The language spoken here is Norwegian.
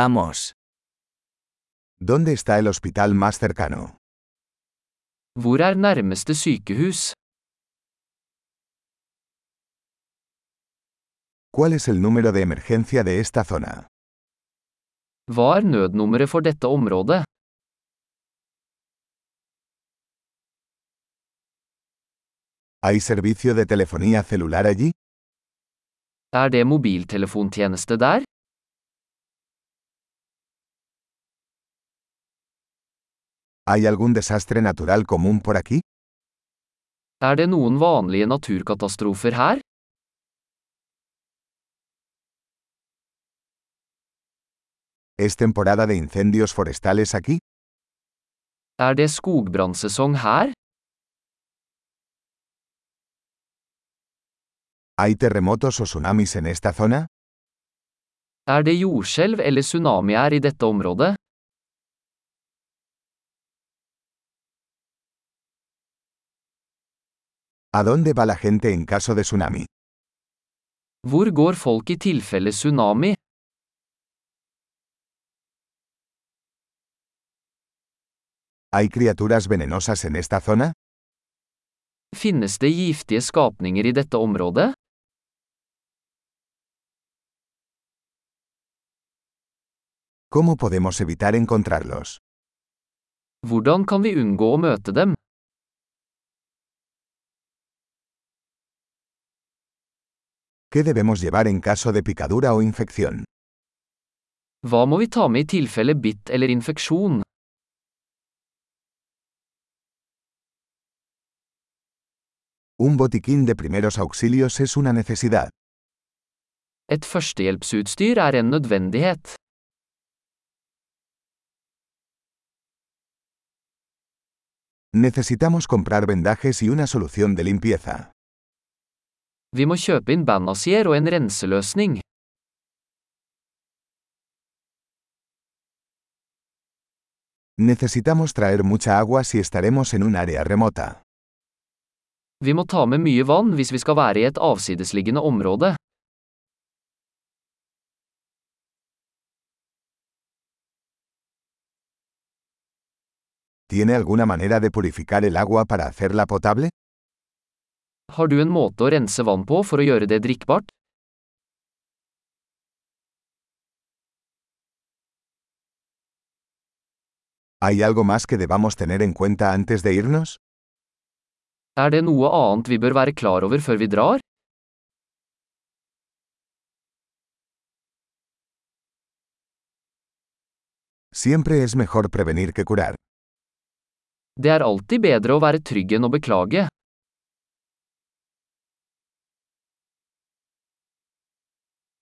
Vamos. ¿Dónde está el hospital más cercano? Hvor er nærmeste sykehus? ¿Cuál es el número de emergencia de esta zona? Hva er nødnummeret for dette området? ¿Hay servicio de telefonía celular allí? Er det mobiltelefontjeneste der? ¿Hay algún desastre natural común por aquí? Er det noen vanlige naturkatastrofer her? ¿Es temporada de incendios forestales aquí? Er det skogbrannsesong her? ¿Hay terremotos o tsunamis en esta zona? Er det jordskjelv eller tsunami her i dette området? ¿A dónde va la gente en caso de tsunami? Hvor går folk i tilfelle tsunami? ¿Hay criaturas venenosas en esta zona? Finnes det giftige skapninger i dette området? ¿Cómo podemos evitar encontrarlos? Hvordan kan vi unngå å møte dem? ¿Qué debemos llevar en caso de picadura o infección? Hva må vi ta med i tilfelle bitt eller infeksjon? Un botiquín de primeros auxilios es una necesidad. Et førstehjelpsutstyr er en nødvendighet. Necesitamos comprar vendajes y una solución de limpieza. Vi må kjøpe inn bandasier og en renseløsning. Necesitamos traer mucha agua si estaremos en un área remota. Vi må ta med mye vann hvis vi skal være i et avsidesliggende område. ¿Tiene alguna manera de purificar el agua para hacerla potable? Har du en måte å rense vann på for å gjøre det drikkbart? ¿Hay algo más que debamos tener en cuenta antes de irnos? Er det noe annet vi bør være klar over før vi drar? Siempre es mejor prevenir que curar. Det er alltid bedre å være trygg enn å beklage.